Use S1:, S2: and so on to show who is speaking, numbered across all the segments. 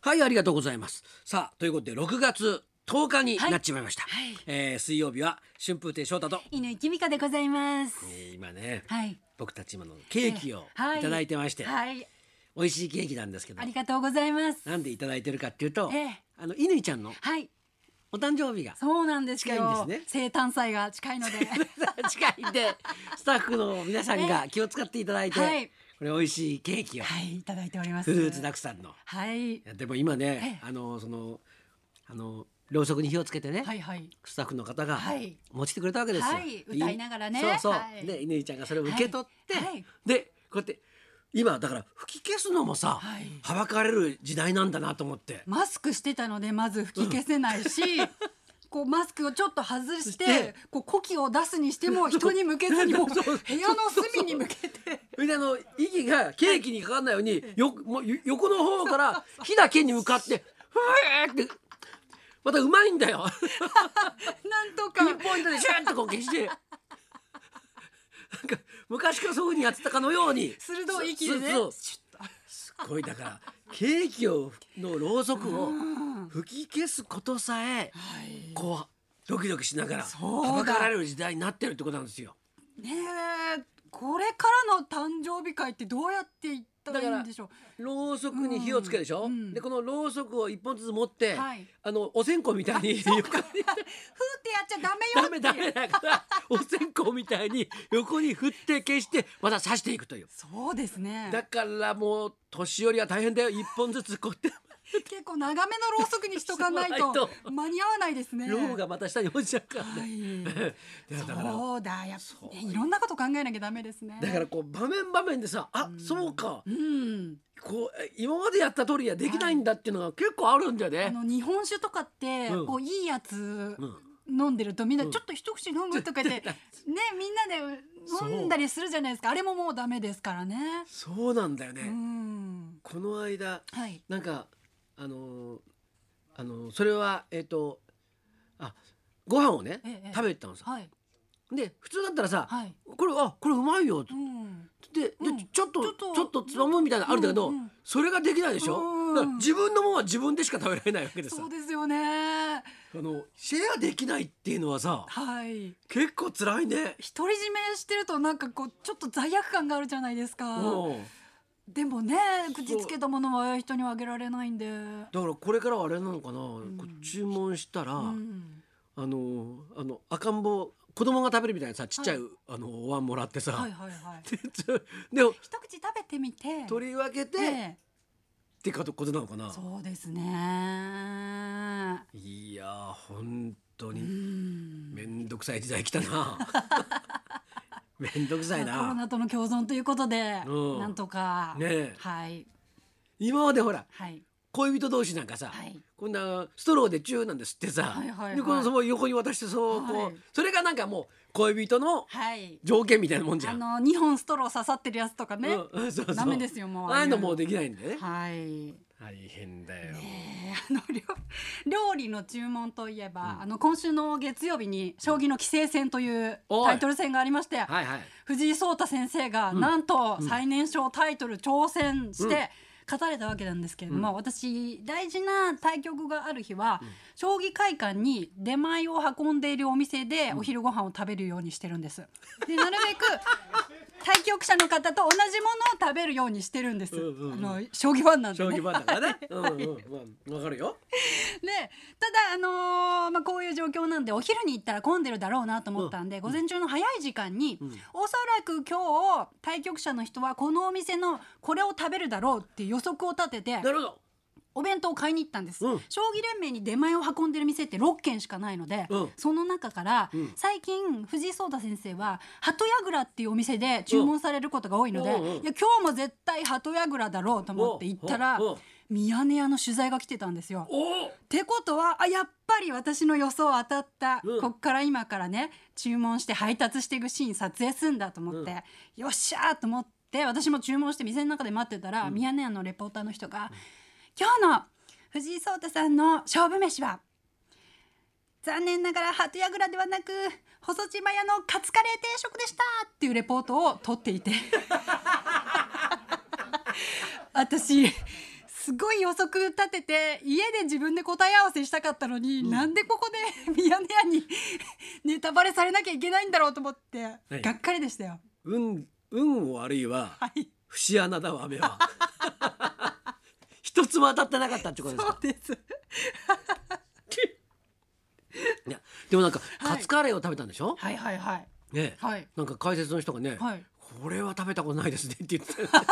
S1: はいありがとうございますさあということで6月10日になっちまいました、
S2: はい
S1: えー水曜日は春風亭昇太と、
S2: 犬木美香でございます。
S1: えー今ね
S2: はい。
S1: 僕たち今のケーキを
S2: はい
S1: いただいてまして、
S2: はい。
S1: 美味しいケーキなんですけど
S2: ありがとうございます。
S1: なんでいただいてるかっていうと、
S2: ええ
S1: あの乾ちゃんの
S2: はい。
S1: お誕生日が
S2: そうなんですよ。
S1: 近いんですね
S2: 生誕祭が近いので。
S1: 近いんでスタッフの皆さんが気を使っていただいて、
S2: はい
S1: これ美味しいケーキを
S2: はい、いただいております。
S1: フルーツたくさんの。
S2: はい
S1: い。やでも今ね、
S2: え
S1: あのそのあのろうそくに火をつけてね、
S2: はいはい。
S1: スタッフの方が
S2: はい
S1: 持ちてくれたわけですよ。
S2: はい歌いながらね
S1: そうそう。
S2: はい
S1: で犬ちゃんがそれを受け取って、
S2: はいはい
S1: でこうやって今だから吹き消すのもさ、
S2: はい
S1: はばかれる時代なんだなと思 って。
S2: マスクしてたのでまず吹き消せないし、 こうマスクをちょっと外し
S1: して
S2: て、こう呼気を出すにしても人に向けずに もう部屋の隅に向けて。
S1: それであの息がケーキにかかんないように、よもうよ横の方から火だけに向かってふえーってまたうまいんだよ。
S2: なんと
S1: ピ
S2: か。
S1: ンポイントでシュッとこう消して。なんか昔からそういうふうにやってたかのように
S2: 鋭い息でね。
S1: そうそう
S2: シュッと
S1: すごいだからケーキをのろうそくを吹き消すことさえ
S2: はい。
S1: こうドキドキしながら
S2: そうだ
S1: はばかられる時代になってるってことなんですよ。
S2: ねえこれからの誕生日会ってどうやっていったらいいんでしょう
S1: ろうそくに火をつけるでしょ、
S2: うんうん
S1: でこのろうそくを一本ずつ持って、
S2: はい
S1: あのお線香みたいに横に
S2: ふーってやっちゃダメよ
S1: ダメダメだからお線香みたいに横に振って消してまた刺していくという。
S2: そうですね
S1: だからもう年寄りは大変だよ一本ずつこ うやって
S2: 結構長めのろうそくにしとかない
S1: しとかな
S2: と
S1: い
S2: 間に合わないですね
S1: ろうがまた下に落ちちゃうから
S2: は
S1: ね。
S2: い
S1: いや だから
S2: そうだやっ
S1: そう
S2: ぱねいろんなこと考えなきゃダメですね
S1: だからこう場面場面でさあ、そうか
S2: うん
S1: こうえ今までやった通りはできないんだっていうのが結構あるんだよね。
S2: あの日本酒とかって
S1: うん
S2: こういいやつ
S1: うん
S2: 飲んでるとみんな
S1: うん
S2: ちょっと一口飲むとか言ってねみんなで飲んだりするじゃないですかあれももうダメですからね
S1: そうなんだよね。
S2: うん
S1: この間
S2: はい
S1: なんかあのーあのーそれはえっ、とあご飯をね、
S2: ええ
S1: 食べてたのさ。
S2: はい
S1: で普通だったらさ、
S2: はい
S1: これあこれうまいよって
S2: うん
S1: でで
S2: うん
S1: ちょっと
S2: ちょっと
S1: ちょっとつまむみたいなのあるんだけど、
S2: うんうん
S1: それができないでしょ。
S2: うん
S1: だから自分のもんは自分でしか食べられないわけでさ
S2: そうですよね
S1: あのシェアできないっていうのはさ
S2: はい
S1: 結構辛いね。
S2: 独り占めしてるとなんかこうちょっと罪悪感があるじゃないですか
S1: うん
S2: でもね口つけたものは人にはあげられないんで
S1: だからこれからはあれなのかな、こう注文したら、
S2: うん
S1: あのあの赤ん坊子供が食べるみたいなさちっちゃい、あのお椀もらってさ、
S2: はいはいはい
S1: でつ でも
S2: 一口食べてみて
S1: 取り分けて、
S2: え
S1: っ
S2: え
S1: てかとことなのかな
S2: そうですね
S1: いやー本当
S2: う
S1: に
S2: ん
S1: めんどくさい時代来た なめんどくさい
S2: まあコロ
S1: な
S2: ナとの共存ということで
S1: うん
S2: なんとか
S1: ねえ
S2: はい
S1: 今までほら
S2: はい
S1: 恋人同士なんかさ、
S2: はい
S1: こんなストローでチューなんですってさ、
S2: はいはいはい
S1: でこのその横に渡してそうこう、
S2: はい
S1: それがなんかもう恋人の
S2: はい
S1: 条件みたいなもんじゃ
S2: あ
S1: ん。
S2: の二本ストロー刺さってるやつとかね
S1: うんうんそうそう
S2: ダメですよもう
S1: ああいうのもうできないんだよね。
S2: はい
S1: 大変だよ。
S2: えーあの料料理の注文といえば、あの今週の月曜日に将棋の棋聖戦という
S1: おい
S2: タイトル戦がありまして、
S1: はいはい。
S2: 藤井聡太先生がなんと最年少タイトル挑戦して勝たれたわけなんですけれども、私大事な対局がある日は、将棋会館に出前を運んでいるお店でお昼ご飯を食べるようにしてるんです。でなる べく対局者の方と同じものを食べるようにしてるんです。
S1: うんうんうん
S2: あの将棋ファンなんで、
S1: 将
S2: ね、
S1: 棋盤だから ね。うんうんうん。わかるよ。
S2: でただあのーまあ、こういう状況なんでお昼に行ったら混んでるだろうなと思ったんで、午前中の早い時間に、おそらく今日対局者の人はこのお店のこれを食べるだろうっていう予測を立てて
S1: なるほど。
S2: お弁当を買いに行ったんです、
S1: うん
S2: 将棋連盟に出前を運んでる店って6軒しかないので、
S1: うん
S2: その中から、
S1: ん
S2: 最近藤井聡太先生は鳩櫓っていうお店で注文されることが多いので、
S1: うんうんうん
S2: いや今日も絶対鳩櫓だろうと思って行ったら、
S1: おうおう
S2: ミヤネ屋の取材が来てたんですよ。
S1: おお。
S2: ってことはあやっぱり私の予想当たった、
S1: うん
S2: こっから今からね注文して配達していくシーン撮影すんだと思って、よっしゃーと思って私も注文して店の中で待ってたら、ミヤネ屋のレポーターの人が「今日の藤井聡太さんの勝負飯は残念ながら鳩やぐらではなく細島屋のカツカレー定食でした」っていうレポートを取っていて 私すすごい予測立てて家で自分で答え合わせしたかったのに、なんでここで ミヤネ屋にネタバレされなきゃいけないんだろうと思って、
S1: はい
S2: がっかりでしたよ。
S1: 運運悪いは
S2: はい、
S1: 節穴だわ雨は 一つも当たってなかったってことです
S2: そう
S1: か
S2: です。
S1: いやでもなんか
S2: はい
S1: カツカレーを食べたんでしょ、
S2: はいはいはい
S1: ねえ
S2: はい
S1: なんか解説の人がね、
S2: はい
S1: これは食べたことないですね って言ってたよね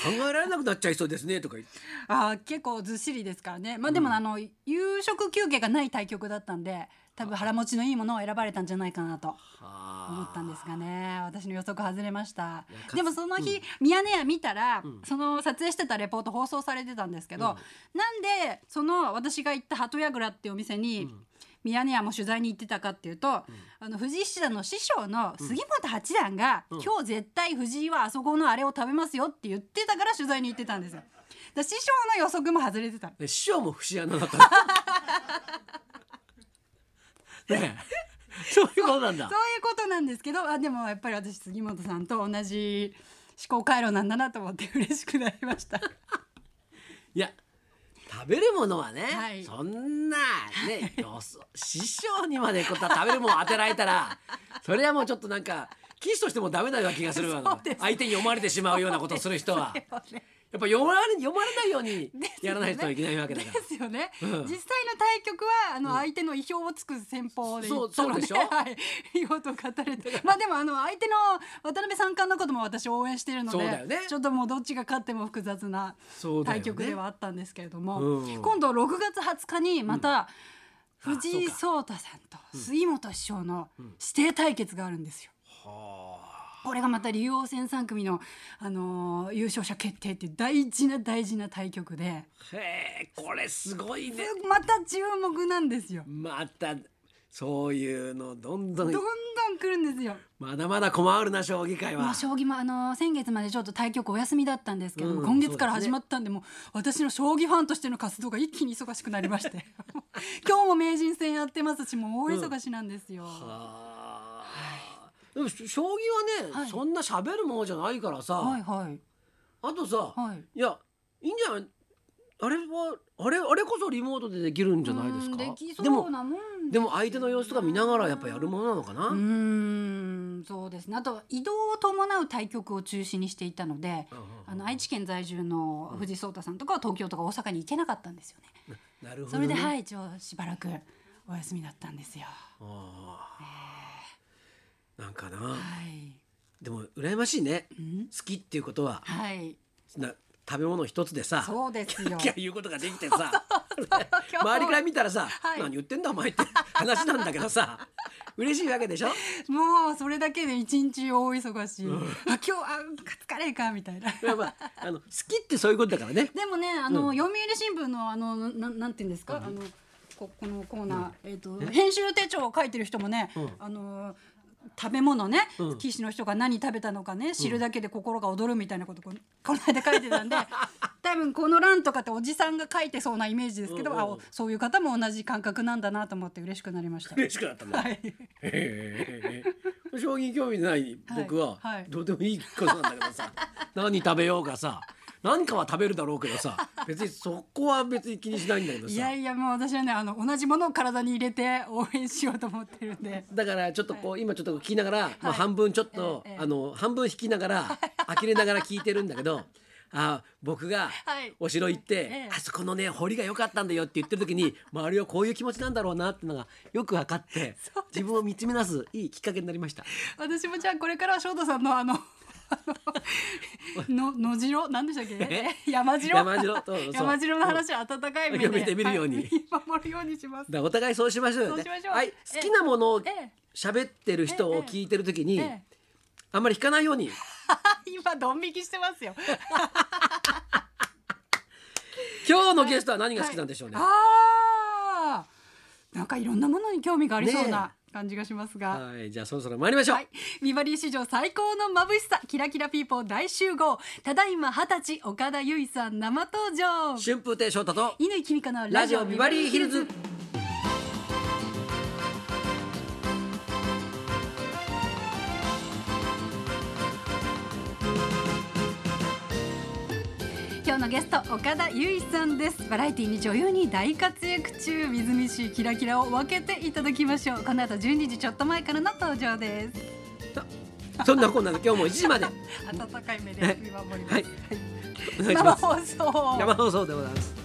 S1: 考えられなくなっちゃいそうですねとか言って
S2: あー結構ずっしりですからねまあでも、あの夕食休憩がない対局だったんで多分腹持ちのいいものを選ばれたんじゃないかなと思
S1: あ
S2: っ
S1: ー
S2: たんですがね私の予測外れました
S1: いやかつ
S2: でもその日、ミヤネ屋見たら、その撮影してたレポート放送されてたんですけど、なんでその私が行った鳩櫓っていうお店に、ミヤネ屋も取材に行ってたかっていうと、あの藤井七段の師匠の杉本八段が、今日絶対藤井はあそこのあれを食べますよって言ってたから取材に行ってたんですよ。だから師匠の予測も外れてた。
S1: ね師匠も節穴だった のねえそういうことなんだ
S2: そういうことなんですけどあでもやっぱり私杉本さんと同じ思考回路なんだなと思って嬉しくなりました。
S1: いや食べるものはね、
S2: はい
S1: そんなね よそ師匠にまでこう食べるものを当てられたらそれはもうちょっとなんかキスとしてもダメなような気がするわ
S2: そうです
S1: 相手に読まれてしまうようなことをする人はやっ
S2: そうね
S1: ぱ読まれ読まれないようにやらないといけないわけだか
S2: ですよね、
S1: うん
S2: 実際の対局はあの相手の意表をつく戦法で言ったので、
S1: そうそうでしょ
S2: はい、いいことを語れ てまあでもあの相手の渡辺三冠のことも私応援してるので
S1: そうだよね
S2: ちょっともうどっちが勝っても複雑な
S1: そうだよね
S2: 対局ではあったんですけれども、
S1: うん
S2: 今度6月20日にまた藤井
S1: あ
S2: 聡太さんと杉本師匠の指定対決があるんですよ。
S1: ら。はあ
S2: これがまた竜王戦3組の、あのー優勝者決定っていう大事な大事な対局で。
S1: へえこれすごいね。
S2: また注目なんですよ。
S1: またそういうのどんど
S2: どん
S1: ん
S2: どん来るんですよ。
S1: まだまだ困るな将棋界
S2: ま
S1: は
S2: あ。将棋もあの先月までちょっと対局お休みだったんですけども、
S1: うん
S2: 今月から
S1: そうです
S2: 始
S1: ね
S2: まったんでもう私の将棋ファンとしての活動が一気に忙しくなりま して今日も名人戦やってますしもう大忙しなんですよ。
S1: はあ。でも将棋はね、
S2: はい
S1: そんな喋るものじゃないからさ、
S2: はいはい
S1: あとさ、
S2: はい。
S1: いやいいんじゃないあれはあれあれこそリモートでできるんじゃないですか
S2: うんできそ
S1: でも
S2: うなもんすよね
S1: でも相手の様子とか見ながらやっぱやるものなのかな、
S2: うーんそうですねあと移動を伴う対局を中心にしていたのであの愛知県在住の藤井聡太さんとかは東京とか大阪に行けなかったんですよね。
S1: なるほ
S2: そ
S1: ど、
S2: れ
S1: ね、
S2: ではいい一応しばらくお休みだったんですよ。
S1: なんかな、
S2: はい。
S1: でも羨ましいね
S2: うん。
S1: 好きっていうことは
S2: はい。
S1: な食べ物一つでさ
S2: そうで すよ。
S1: キャー言うことができてさ
S2: 今日
S1: 周りから見たらさ、
S2: はい
S1: 何言ってんだお 前って話なんだけどさ嬉しいわけでしょ
S2: もうそれだけで一日大忙しい。あ今日あカツカレーかみたいな。
S1: いやまああの好きってそういうことだからね
S2: でもねあの、読売新聞のあのななんていうんですか、あのここのコーナー、えっ、と編集手帳を書いてる人もね、あの食べ物ね、棋士の人が何食べたのかね知るだけで心が躍るみたいなことここの間書い てたんで多分この欄とかっておじさんが書いてそうなイメージですけど、
S1: うんうんうん
S2: あおそういう方も同じ感覚なんだなと思って嬉しくなりました。
S1: 嬉しくなったんだ、
S2: はい、
S1: へえ将棋に興味ない僕は
S2: はいはい
S1: どうでもいいことなんだけど さ何食べようかさ何かは食べるだろうけどさ別にそこは別に気にしないんだけど
S2: いや
S1: さ
S2: いやもう私はねあの同じものを体に入れて応援しようと思ってるんで。
S1: だからちょっとこう今ちょっと聞きながらまあ半分ちょっと
S2: ええええ
S1: あの半分引きなが ら呆れながら聞いてるんだけどあ僕が
S2: はい
S1: お城行って
S2: え
S1: あそこのね堀が良かったんだよって言ってる時に周りはこういう気持ちなんだろうなってのがよく分か って自分を見つめ出すいいきっかけになりました。
S2: 私もじゃあこれからは翔太さんのあの。 の野次郎なんでしたっけ山次郎
S1: 山城とそう
S2: 山城の話は温かい目で
S1: 見て見るように
S2: はい見守るようにします
S1: だからお互いそうしましょうよ
S2: そ
S1: ね
S2: うしましょう
S1: はい
S2: ええ
S1: 好きなものを
S2: ええ
S1: 喋ってる人を聞いてる時に
S2: ええ
S1: あんまり引かないように
S2: 今ドン引きしてますよ
S1: 今日のゲストは何が好きなんでしょうね、
S2: あーなんかいろんなものに興味がありそうな
S1: ね
S2: 感じがしますが、
S1: はい、じゃあそろそろ参りましょう、
S2: はい、ビバリー史上最高の眩しさキラキラピーポー大集合ただいま二十歳岡田結衣さん生登場
S1: 春風亭昇太と
S2: 乾きみかの
S1: ラジオビバリーヒルズ
S2: 今日のゲスト岡田結衣さんですバラエティに女優に大活躍中みずみしいキラキラを分けていただきましょうこの後12時ちょっと前からの登場です
S1: そんなこんなで今日も1時まで
S2: 温かい目で見守ります、
S1: はいお願いし
S2: 生
S1: ます
S2: 放送
S1: 生放送でございます